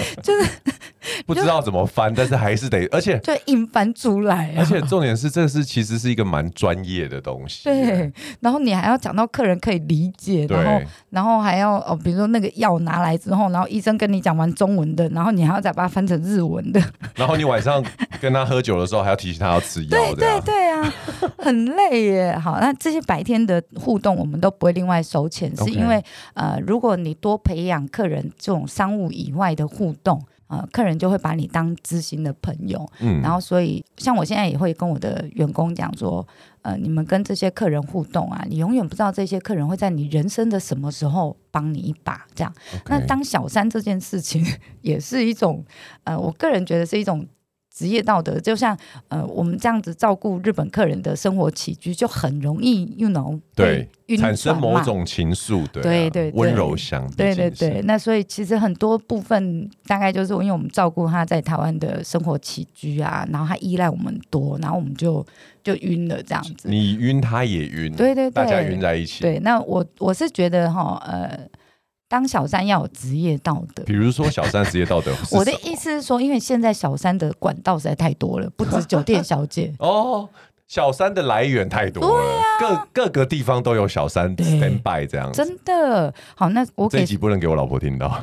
不知道怎么翻，但是还是得，而且
就硬翻出来、啊。
而且重点是，这是其实是一个蛮专业的东西。
对，然后你还要讲到客人可以理解，然后
对
然后还要哦，比如说那个药拿来之后，然后医生跟你讲完中文的，然后你还要再把它翻成日文的，
然后你晚上跟他喝酒的时候，还要提醒他要吃药，
对
这
对
样。
对啊，很累耶。好，那这些白天的互动我们都不会另外收钱，是
OK
因为呃，如果你多培养客人这种商务以外的互动。呃，客人就会把你当知心的朋友，
嗯
然后所以像我现在也会跟我的员工讲说，呃，你们跟这些客人互动啊，你永远不知道这些客人会在你人生的什么时候帮你一把，这样。那
OK
当小三这件事情也是一种， 呃，我个人觉得是一种职业道德，就像呃，我们这样子照顾日本客人的生活起居，就很容易，you know，
对
被晕
产生
船
某
嘛
种情愫，对啊
对对对
温柔乡，
对对
毕竟是
对，，那所以其实很多部分大概就是因为我们照顾他在台湾的生活起居啊，然后他依赖我们多，然后我们就就晕了这样子。
你晕他也晕，
对对对，
大家晕在一起。
对，那我我是觉得哈，呃，当小三要有职业道德。
比如说小三职业道德，是
我的
什么，
意思是说，因为现在小三的管道实在太多了，不止酒店小姐
哦，小三的来源太多了，各各个地方都有小三
啊对
stand by 这样子。
真的好。那我
这
给
一集不能给我老婆听到。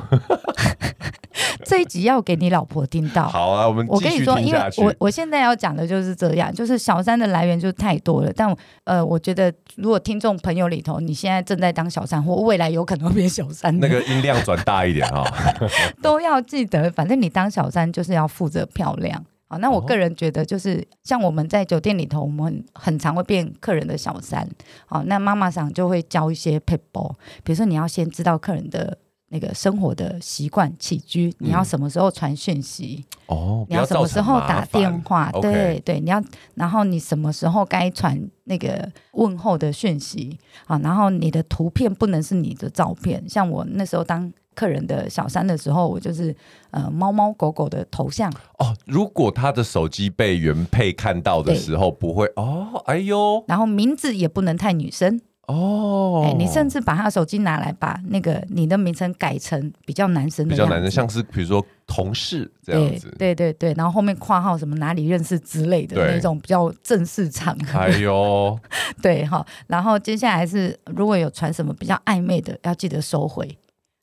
这一集要给你老婆听到，
好啊，我们
我
继
跟你
续
说，
听
因为
下去。
我我现在要讲的就是这样，就是小三的来源就太多了。但呃，我觉得如果听众朋友里头，你现在正在当小三，或未来有可能会变小三的，
那个音量转大一点啊哈、
都要记得，反正你当小三就是要负责漂亮。好，那我
哦
个人觉得就是像我们在酒店里头，我们很很常会变客人的小三。好，那妈妈桑就会教一些 p e p l 比如说你要先知道客人的那个生活的习惯、起居，你
嗯
要什么时候传讯息。
哦，不
你要什
造
么时
成
候
麻
打
烦
电话？
OK
对对，你要，然后你什么时候该传那个问候的讯息啊？然后你的图片不能是你的照片，像我那时候当客人的小三的时候，我就是呃猫猫狗狗的头像，
哦，如果他的手机被原配看到的时候，不会哦，哎呦，
然后名字也不能太女生，
哦，
哎、你甚至把他的手机拿来把那个你的名称改成比较男生的
比较
样
难的，
子
像是比如说同事这样
对
子，
对对对，然后后面括号什么哪里认识之类的
对
那种比较正式场合，
哎呦，
对哈，然后接下来是如果有传什么比较暧昧的，要记得收回。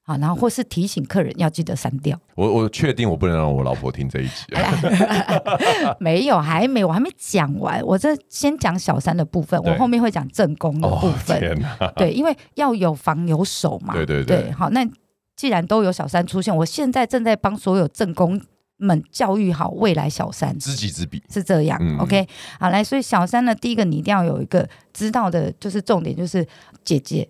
好，然后或是提醒客人要记得删掉。
我我确定我不能让我老婆听这一集、
哎
啊，
没有，还没，我还没讲完。我这先讲小三的部分，我
对
后面会讲正宫的部
哦
分。
天哪，
对，因为要有防有守嘛。
对对对
好，那既然都有小三出现，我现在正在帮所有正宫们教育好未来小三。
知己知彼，
是这样、
嗯
o k 好来，所以小三呢，第一个你一定要有一个知道的，就是重点就是姐姐，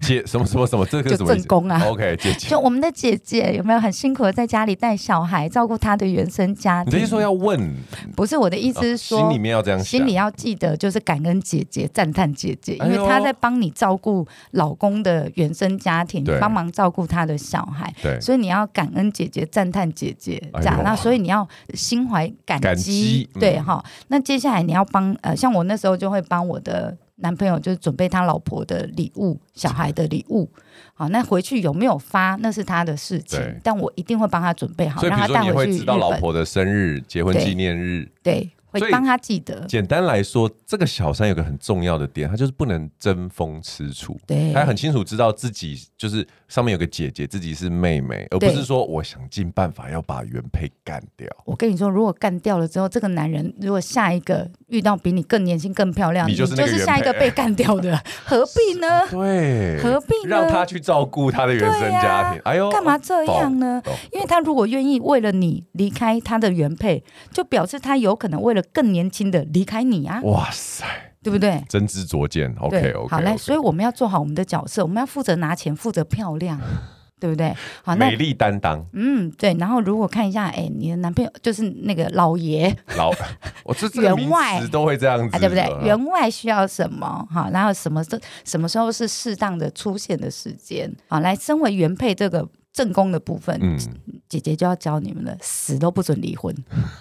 姐什么什么什么，这个是
就
什么意
正
思
宫啊，
？OK，姐姐
就，我们的姐姐有没有很辛苦的在家里带小孩，照顾她的原生家
你
庭？
的意思说要问，
不是我的意思是说，
哦心里面要这样想，
心里要记得就是感恩姐姐、赞叹姐姐，因
哎
为
呦
她在帮你照顾老公的原生家庭
对，
帮忙照顾他的小孩，
对
所以你要感恩姐姐、赞叹姐姐
哎呦
这样。那所以你要心怀感激，
感激嗯
对哈。那接下来你要帮呃，像我那时候就会帮我的。男朋友就是准备他老婆的礼物、小孩的礼物，好，那回去有没有发那是他的事情
嗯对，
但我一定会帮他准备好，
所以
让
比如
他
说
带
你
回
会
去
知
日
道老
本，
婆的生日、结婚
对
纪念日。
对，会
所以
帮他记得，
简单来说，这个小三有个很重要的点，他就是不能争风吃醋。
对，
他很清楚知道自己就是上面有个姐姐，自己是妹妹，而不
对
是说我想尽办法要把原配干掉。
我跟你说，如果干掉了之后，这个男人如果下一个遇到比你更年轻、更漂亮，
你就是那个原
下一个
配
被干掉 的，何必呢？
对，
何必呢
让他去照顾他的原生家庭？哎呦，
干嘛这样呢
懂？
因为他如果愿意为了你离开他的原配，就表示他有可能为了更年轻的离开你啊，
哇塞，
对不对？
真知灼见。OK
对
OK，
好嘞，所以我们要做好我们的角色，我们要负责拿钱，负责漂 亮，对不对？好，那
美丽担当
嗯，对。然后如果看一下，哎，你的男朋友就是那个老爷，
老，我这这个
员
名
外
词都会这样子
啊，
的，
对不对？员外需要什么？哈，然后什么时什么时候是适当的出现的时间？好，来，身为原配这个正宫的部分，
嗯，
姐姐就要教你们了，死都不准离婚。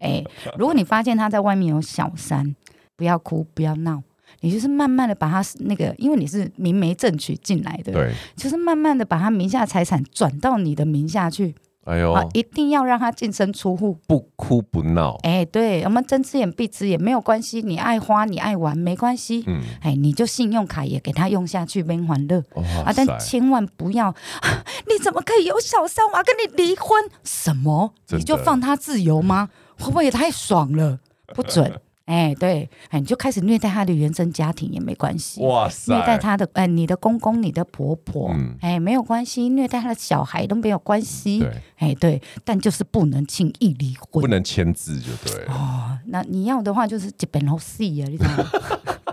哎，如果你发现他在外面有小三，不要哭，不要闹。你就是慢慢的把他那个，因为你是明媒正娶进来的，
对，
就是慢慢的把他名下财产转到你的名下去，
哎呦，
啊，一定要让他净身出户。
不哭不闹，
哎，对我们睁只眼闭只眼没有关系，你爱花你爱玩没关系，
嗯，
哎，你就信用卡也给他用下去，边还乐。
哇
啊！但
塞，
千万不要、 啊你怎么可以有小三？我要跟你离婚？什么？
真的嗯
你就放他自由吗？会不会也太爽 了？不准！哎，对，哎，你就开始虐待他的原生家庭也没关系。
哇塞，
虐待他的，哎，你的公公、你的婆婆，
嗯
哎，没有关系；虐待他的小孩都没有关系。
对，
哎，对，但就是不能轻易离
不
婚。
能签字就对了，
哦，那你要的话就是一本好戏啊，你知道吗？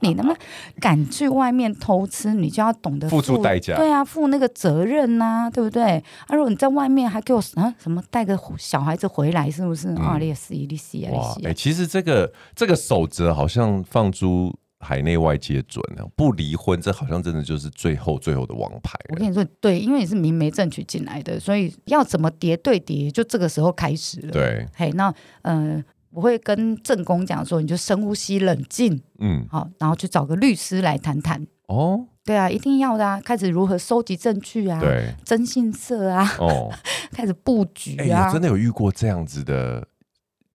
你他妈敢去外面偷吃，你就要懂得
付出代价
对啊，负那个责任呐、对不对？啊，如果你在外面还给我啊什么带个小孩子回来，是不是？啊，你也是，你是啊，
嗯哇，
你是
哎、
啊。
其实这个这个守则好像放诸海内外皆准啊，不离婚，这好像真的就是最后最后的王牌
我跟
了。
你说，对，因为你是明媒正娶进来的，所以要怎么叠对叠，就这个时候开始了。，
对，
嘿，那呃，我会跟正宫讲说，你就深呼吸，冷静，
嗯，
好，然后去找个律师来谈谈。
哦，
对啊，一定要的啊！开始如何收集证据啊，
对，
征信社啊，
哦，
开始布局
哎、
啊。
你真的有遇过这样子的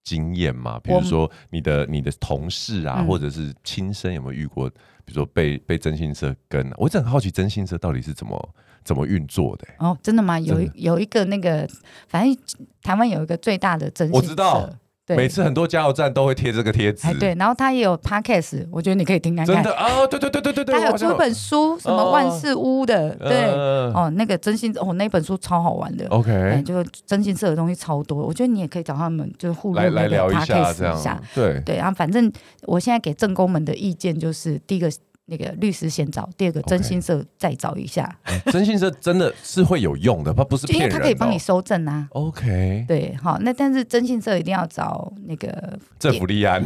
经验吗？比如
我
说你的你的同事啊，
嗯
或者是亲身有没有遇过？比如说被被征信社跟、啊，我一直很好奇征信社到底是怎么怎么运作的、欸
哦，真的吗？有
真的
有一个那个，反正台湾有一个最大的征信社，
我知道，
对，
每次很多加油站都会贴这个贴纸
哎，对，然后他也有 podcast，我觉得你可以听看
真
看。
的哦啊、哦，对对对对对对，
他有
我好像
出一本书，什么万事屋的，对，
呃
哦，那个征信哦，那本书超好玩的。
，OK，
哎，就征信社的东西超多，我觉得你也可以找他们，就是互
来
动
来聊
一
一下这
一下
样，，对，
对，然后反正我现在给正宫们的意见就是，第一个那个律师先找，第二个
OK
征信社再找一下
征信社真的是会有用的，它不是
就因为
骗人
他
的哦。
可以帮你收证啊。
OK，
对，好，那但是征信社一定要找那个，
政府立案，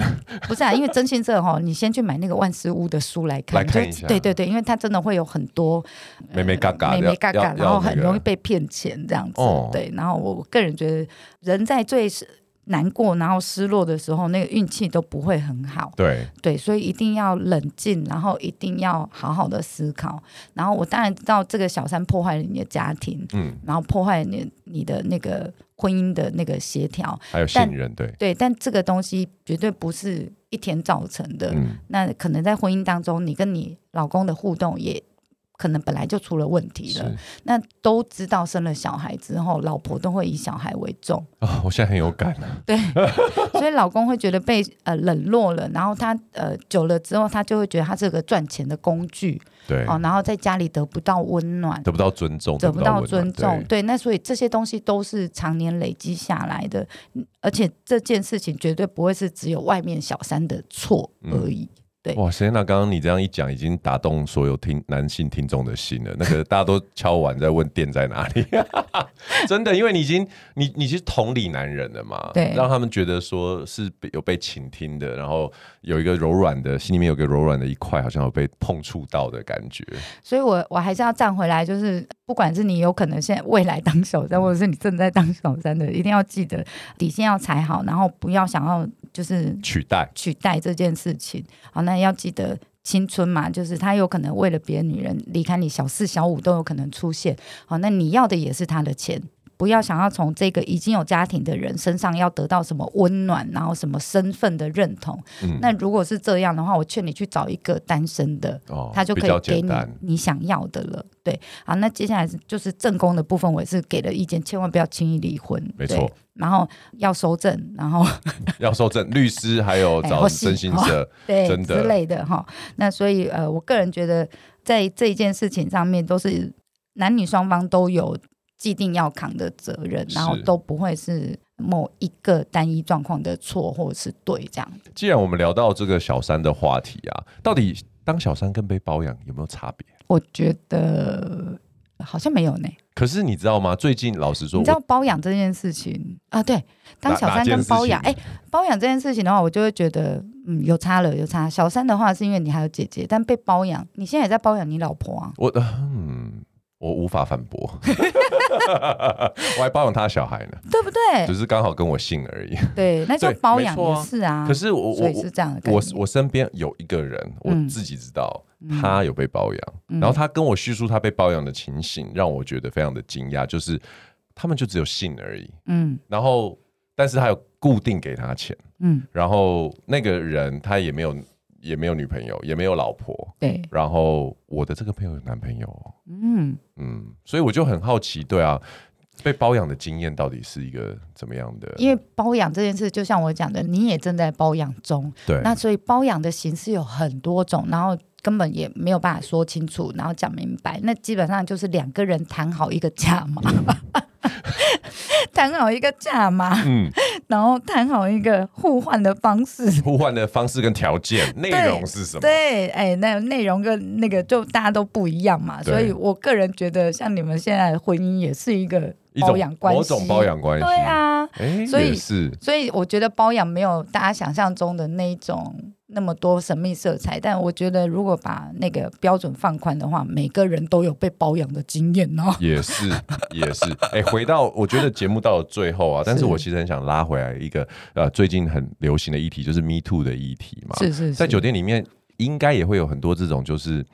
不是啊，因为征信社哈，你先去买那个万事屋的书来看，
来看
就
一下
对对对，因为它真的会有很多
妹妹嘎嘎的，
美美呃嘎嘎，
要
然后很容易。
要
被骗钱这样子。
哦
对，然后我个人觉得，人在最难过然后失落的时候，那个运气都不会很好。
那个对，
对，所以一定要冷静，然后一定要好好的思考。然后我当然知道这个小三破坏了你的家庭，
嗯，
然后破坏了你你的那个婚姻的那个协调，
还有信任，对，
对，但这个东西绝对不是一天造成的。
嗯，
那可能在婚姻当中，你跟你老公的互动也可能本来就出了问题
是
了。那都知道生了小孩之后，老婆都会以小孩为重。
啊，我现在很有感啊，
对， 所以老公会觉得被呃冷落了，然后他呃久了之后，他就会觉得他是个赚钱的工具
对，
哦，然后在家里得不到温暖，
得不到尊重，
得不到
温
尊
暖
重，，对，那所以这些东西都是常年累积下来的，嗯而且这件事情绝对不会是只有外面小三的错而已。对
哇，谁那刚刚你这样一讲，已经打动所有听男性听众的心了。那个大家都敲完在问店在哪里， 真的，因为你已经你你是同理男人了嘛，
对
让他们觉得说是被有被倾听的，然后有一个柔软的心里面有个柔软的一块，好像有被碰触到的感觉。
所以我我还是要站回来，就是不管是你有可能现在未来当小三，或者是你正在当小三的，一定要记得底线要踩好，然后不要想要就是
取代，
取代这件事情。好，那要记得青春嘛，就是他有可能为了别的女人离开你，小四、小五都有可能出现。好，那你要的也是他的钱。不要想要从这个已经有家庭的人身上要得到什么温暖，然后什么身份的认同。
嗯，
那如果是这样的话，我劝你去找一个单身的，
哦
他就
比
可
较
以给
简
你
单，
你想要的了。对，好，那接下来是就是正宫的部分，我也是给了意见，千万不要轻易离婚。
没
对
错，
然后要收证，然后
要受证，律师还有
哎
找
或是
征信社，
对
真的
之类的哈。那所以呃，我个人觉得在这一件事情上面，都是男女双方都有既定要扛的责任，
是
然后都不会是某一个单一状况的错或者是对这样。
既然我们聊到这个小三的话题啊，到底当小三跟被包养有没有差别？
我觉得好像没有呢。
可是你知道吗？最近老实说，
你知道
我
包养这件事情啊？对，当
哪
小
哪
三
件
跟
事
包养，
情
哎、包养这件事情的话，我就会觉得嗯有差了，有差。小三的话是因为你还有姐姐，但被包养，你现在也在包养你老婆啊。
我嗯，我无法 反驳， 我还包养他的小孩呢，
对不对
只？是刚好跟我姓而已。
对，那就
对
包
没
养
错
也
啊
是啊。
可是我
所
我
以是这样的概
我我
念。
我身边有一个人，我
嗯
自己知道
嗯
他有被包养，然后他跟我叙述他被包养的情形，让我觉得非常的惊讶，就是。他们就只有信而已。
嗯
然后，但是他有固定给他钱，
嗯，
然后那个人他也没有也没有女朋友，也没有老婆，
对，
然后我的这个朋友有男朋友哦、
嗯，
嗯，所以我就很好奇，对啊，被包养的经验到底是一个怎么样的？
因为包养这件事，就像我讲的，你也正在包养中，
对，
那所以包养的形式有很多种，然后根本也没有办法说清楚，然后讲明白。那基本上就是两个人谈好一个价嘛， 谈好一个价嘛，
嗯，
然后谈好一个互换的方式。
互换的方式跟条件内容是什么？
对，哎，那内容跟那个就大家都不一样嘛，
对
所以我个人觉得，像你们现在的婚姻也是一个
一
包
种
养关系，
某种包，养关系，
对，啊，
哎，
所以
也是，
所以我觉得包养没有大家想象中的那一种那么多神秘色彩，但我觉得如果把那个标准放宽的话，每个人都有被包养的经 验哦。
也是，也是。哎、回到我觉得节目到了最后啊，但是
是
我其实很想拉回来一个呃，最近很流行的议题，就是 Me Too 的议题嘛。
是是是，
在酒店里面，应该也会有很多这种，就是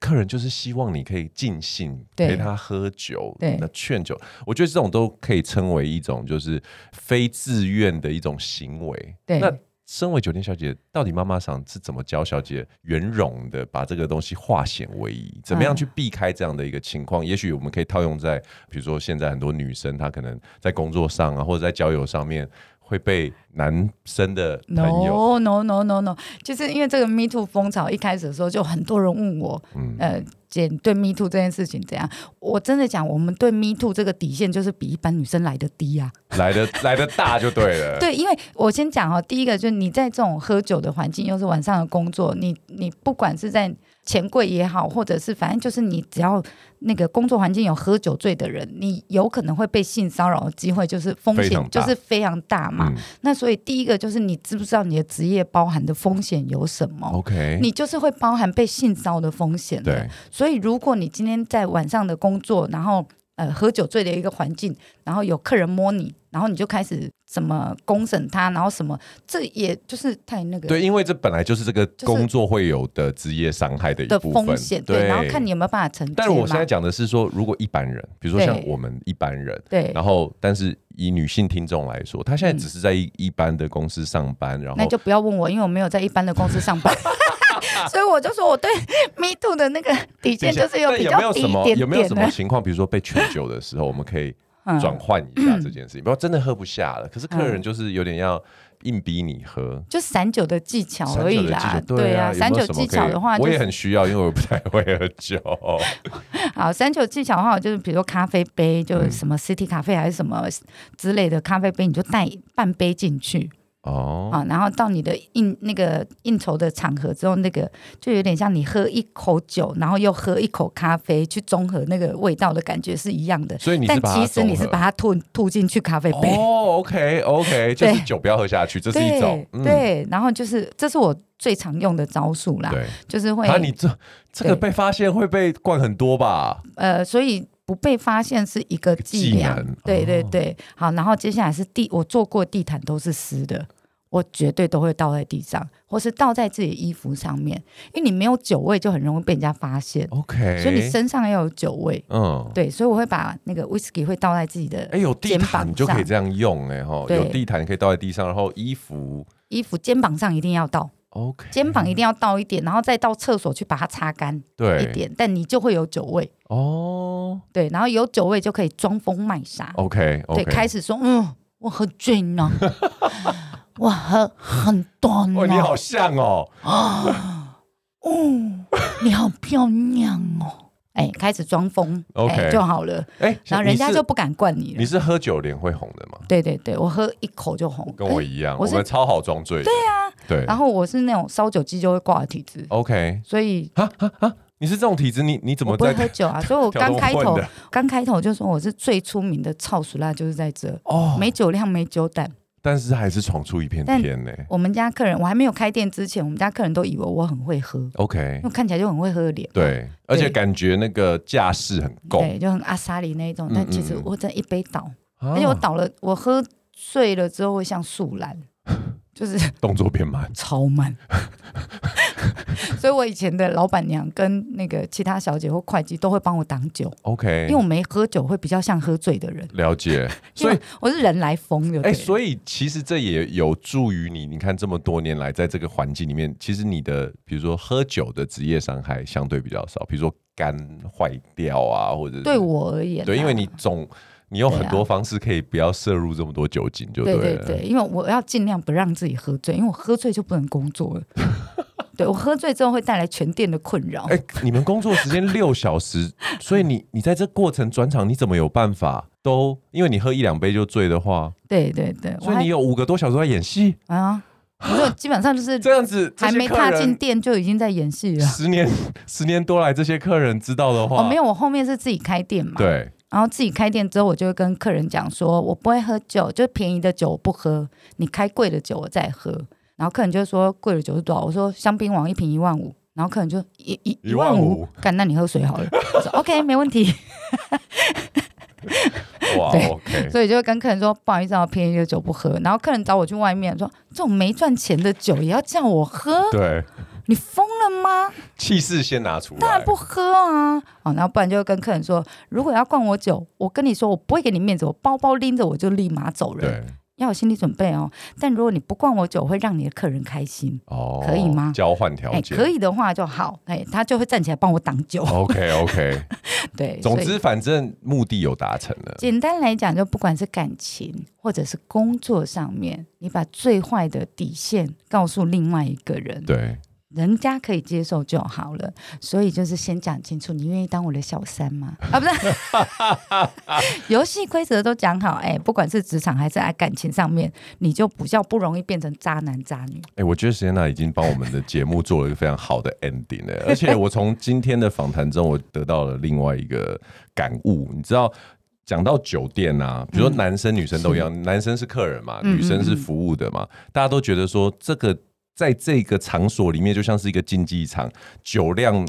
客人就是希望你可以尽兴，
对
陪他喝酒，
对
那劝酒。我觉得这种都可以称为一种就是非自愿的一种行为。
对
那身为酒店小姐，到底妈妈桑是怎么教小姐圆融的把这个东西化险为夷？怎么样去避开这样的一个情
嗯
况？也许我们可以套用在，比如说现在很多女生她可能在工作上啊，或者在交友上面会被男生的朋友
no no no no no，就是因为这个 Me Too 风潮一开始的时候，就很多人问我，
嗯
呃，姐你对 Me Too 这件事情怎样？我真的讲，我们对 Me Too 这个底线就是比一般女生来的低啊。
来的来的大就对了。
对，因为我先讲哦，第一个就是你在这种喝酒的环境，又是晚上的工作，你你不管是在钱柜也好，或者是反正就是你只要那个工作环境有喝酒醉的人，你有可能会被性骚扰的机会，就是风
非常
险
大
就是非常大嘛。
嗯
那所以第一个就是你知不知道你的职业包含的风险有什么？
，OK，
你就是会包含被性骚扰的风险的
对，
所以，如果你今天在晚上的工作，然后呃喝酒醉的一个环境，然后有客人摸你，然后你就开始怎么公审他，然后什么，这也就是太那个
对，因为这本来就是这个
是
工作会有的职业伤害的一
的
部分，
风险，对，然后看你有没有办法承接
但我现在
嘛。
讲的是说，如果一般人，比如说
对
像我们一般人，
对
然后但是以女性听众来说，她现在
嗯
只是在一一般的公司上班，然
那
后
就不要问我，因为我没有在一般的公司上 班，所以我就说我对 Me Too 的那个底线就是有
但
比
有没
较
有
低
什
一
么
点
有没有
点
什么
的。
情况，比如说被劝酒的时候，我们可以
嗯
转换一下这件事情，不要真的喝不下了，可是客人
嗯
就是有点要硬逼你喝。
就散酒的技巧而已啦
散酒的技巧，对啊，有没有
散酒
什么
技巧
可以
的话，就
我也
是。
很需要，因为我不太会喝 酒。哦
好，三九技巧的话，就是比如说咖啡杯，就是什么 City 咖啡还是什么之类的咖啡杯，你就带半杯进去
哦，
啊，然后到你的应那个应酬的场合之后，那个就有点像你喝一口酒，然后又喝一口咖啡，去中和那个味道的感觉是一样的。
所以你是
但
把它
其实你
综合
是把它吐吐进去咖啡杯。
哦，OK OK，就
对
是酒不要喝下去，这是一种嗯
对、对，然后就是这是我最常用的招数啦，
对。
就是会
啊，你这这个
对
被发现会被灌很多吧？
呃，所以不被发现是一个
一
伎
个技
俩
能。
对对
哦
对，好，然后接下来是地，我做过地毯都是湿的，我绝对都会倒在地上，或是倒在自己的衣服上面，因为你没有酒味就很容易被人家发现，
OK，
所以你身上要有酒味。
嗯，
对，所以我会把那个 whisky 会倒在自己的
哎，有地
肩
毯
膀上，
你就可以这样用哎哈，
对
有地毯你可以倒在地上，然后衣服
衣服肩膀上一定要倒，
OK，
肩膀一定要倒一点，然后再到厕所去把它擦干一
对
点，但你就会有酒味。
哦
对，然后有酒味就可以装疯卖傻。
，OK
对，
OK，
开始说，嗯，我喝醉 呢，我喝很多呢，
哇，你好像哦，
哦，你好漂亮哦，哎，开始装疯
OK
哎就好了，
哎，
然后人家
你是
就不敢灌你
你
了。
是喝酒脸会红的吗？
对对对，我喝一口就红，
跟我
哎
一样，我
我是
们超好装醉，对啊，对，
然后我是那种烧酒鸡就会挂的体质，
OK，
所以
你是这种体质，你你怎么
我不会
在
喝酒啊。所以我刚开
条
头
路混的，
刚开头就说我是最出名的超熟辣，就是在这，
哦？
没酒量，没酒胆。
但是还是闯出一片
但
天呢。
我们家客人，我还没有开店之前，我们家客人都以为我很会喝，因
OK，
为看起来就很会喝的脸。
对，而且
对
感觉那个架势很够，
对，就很阿莎里那一种。但其实
嗯嗯嗯
我真的一杯倒，
啊
而且我倒了，我喝醉了之后会像树懒，就是
动作变慢，
超 慢。所以我以前的老板娘跟那个其他小姐或会计都会帮我挡酒，
OK，
因为我没喝酒会比较像喝醉的人，
了解，
因
所以
为我是人来疯的。对
哎、所以其实这也有助于你，你看这么多年来在这个环境里面，其实你的比如说喝酒的职业伤害相对比较少，比如说肝坏掉啊，或者是
对我而言啊，
对，因为你总你有很
对
多
啊
方式可以不要摄入这么多酒精，就
对
对
对
了。
对，因为我要尽量不让自己喝醉，因为我喝醉就不能工 作了。对我喝醉之后会带来全店的困扰。
哎、你们工作时间六小时， 所以你你在这过程转场，你怎么有办法都？因为你喝一两杯就醉的话，
对对对，我
所以你
还
有五个多小时都在演戏，
啊，我就基本上就是
这样子
还没踏进。店就已经在演戏了。
十年 十年多来，这些客人知道的话，
哦，没有，我后面是自己开店嘛。。
对，
然后自己开店之后，我就会跟客人讲说，我不会喝酒，就是便宜的酒我不喝，你开贵的酒我再喝。然后客人就会说贵的酒是多少？我说香槟王一瓶一万五。然后客人就一一
一万五，
干，那你喝水好 了。我说 OK，没问题。
哇
对
，OK，
所以就会跟客人说不好意思啊，我便宜的酒不喝。然后客人找我去外面说，这种没赚钱的酒也要叫我喝，
对，
你疯了吗？
气势先拿出
当然
来，
不喝啊！哦，然后不然就会跟客人说，如果要灌我酒，我跟你说，我不会给你面子，我包包拎着我就立马走人，
对，
要有心理准备哦。但如果你不灌我酒，我会让你的客人开心。
哦，
可以吗
交换条
哎，
件，
可以的话就好，哎，他就会站起来帮我挡酒。
，OK OK，
对，
哦总
所
之
以
反正目的有达成了，
简单来讲，就不管是感情或者是工作上面，你把最坏的底线告诉另外一个人，
对，
人家可以接受就好了。所以就是先讲清楚，你愿意当我的小三 吗？啊，不是， 游戏规则都讲好，哎、不管是职场还是在感情上面，你就比较不容易变成渣男渣女。
哎、我觉得时间娜已经帮我们的节目做了一个非常好的 ending 了，而且我从今天的访谈中，我得到了另外一个感悟。你知道，讲到酒店啊，比如说男生女生都一样，男生是客人嘛，
嗯
女生是服务的嘛，大家都觉得说这个在这个场所里面就像是一个竞技场，酒量。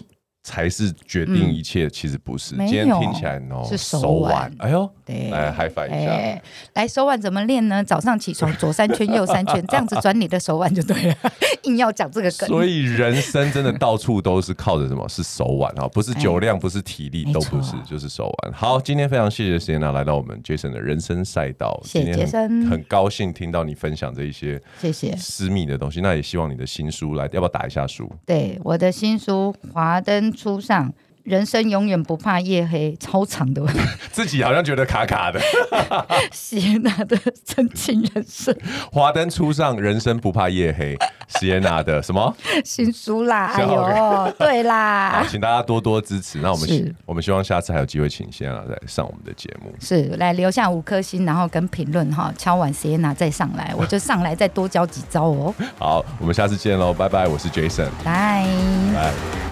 才是决定一切，其实不是。
嗯没
今
有
天听起来哦，
是手
手
腕
哎呦，
对，
来嗨翻一下，
哎，来手腕怎么练呢？早上起床左三圈右三圈，这样子转你的手腕就对了。 硬要讲这个梗，
所以人生真的到处都是靠着什么？是手腕啊，不是酒量，不是体力，
哎没
都
错
不是，就是手腕。好，今天非常谢谢谢娜来到我们 Jason 的人生赛道，
谢谢
今天很
Jason
很高兴听到你分享这一些
谢谢。
私密的东西。那也希望你的新书来，要不要打一下书？
对，我的新书《华灯初上》，人生永远不怕夜黑，超长的
自己好像觉得卡卡的。
谢娜的真情人生
华灯初上，人生不怕夜黑。谢娜的什么？
新书啦，哎
笑
呦，对
好，
啦，
请大家多多支持。那我们
是
希我们希望下次还有机会请谢娜来上我们的节目。
是来留下五颗星，然后跟评论哈，敲完谢娜再上来，我就上来再多教几招哦，
好，我们下次见喽，拜拜。我是 Jason，
拜。
拜。